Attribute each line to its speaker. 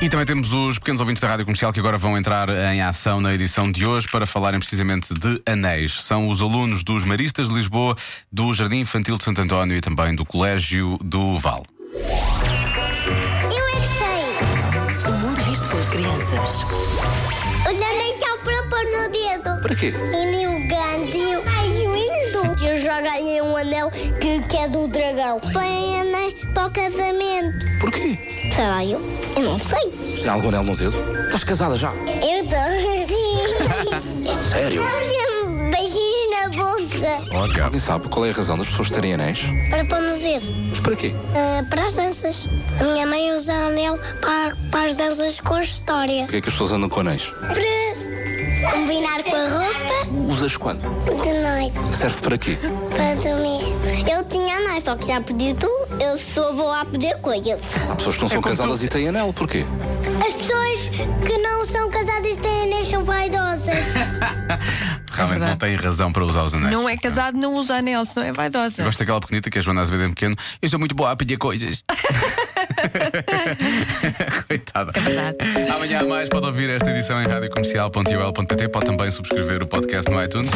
Speaker 1: E também temos os pequenos ouvintes da Rádio Comercial que agora vão entrar em ação na edição de hoje para falarem precisamente de anéis. São os alunos dos Maristas de Lisboa, do Jardim Infantil de Santo António e também do Colégio do Val.
Speaker 2: Eu é que sei!
Speaker 3: O mundo visto pelas crianças.
Speaker 2: Os anéis são para pôr no dedo.
Speaker 4: Para quê?
Speaker 2: E Nil Gandhi mais lindo. Eu já ganhei um anel que, que é do dragão. Põe anéis para o casamento.
Speaker 4: Porquê?
Speaker 2: Sei lá, eu, eu não sei.
Speaker 4: Tem algum anel no dedo? Estás casada já?
Speaker 2: Eu estou.
Speaker 4: Sério?
Speaker 2: Dá-me beijinhos na boca.
Speaker 1: Ok.
Speaker 4: Alguém sabe qual é a razão das pessoas terem anéis?
Speaker 2: Para pôr no dedo.
Speaker 4: Mas para quê?
Speaker 2: Ah, para as danças. A minha mãe usa anel para, para as danças com história.
Speaker 4: Porquê é que as pessoas andam com anéis?
Speaker 2: Para combinar com a roupa
Speaker 4: Usas quando?
Speaker 2: de noite.
Speaker 4: Serve para quê?
Speaker 2: Para dormir. Eu tinha anel, só que já pedi tudo. Eu sou boa a pedir coisas.
Speaker 4: Há pessoas que não são
Speaker 1: como
Speaker 4: casadas e têm anel. Porquê?
Speaker 2: As pessoas que não são casadas têm anéis são vaidosas.
Speaker 1: Realmente não
Speaker 5: verdade.
Speaker 1: tem razão para usar os anéis.
Speaker 5: Não é casado, não usa anel, senão é vaidosa.
Speaker 1: Eu Gosto daquela pequenita que a Joana Azevedo em pequeno. Eu sou muito boa a pedir coisas. Coitada.
Speaker 5: É verdade.
Speaker 1: Amanhã há mais pode ouvir esta edição em radiocomercial.ol.pt. Pode também subscrever o podcast no iTunes.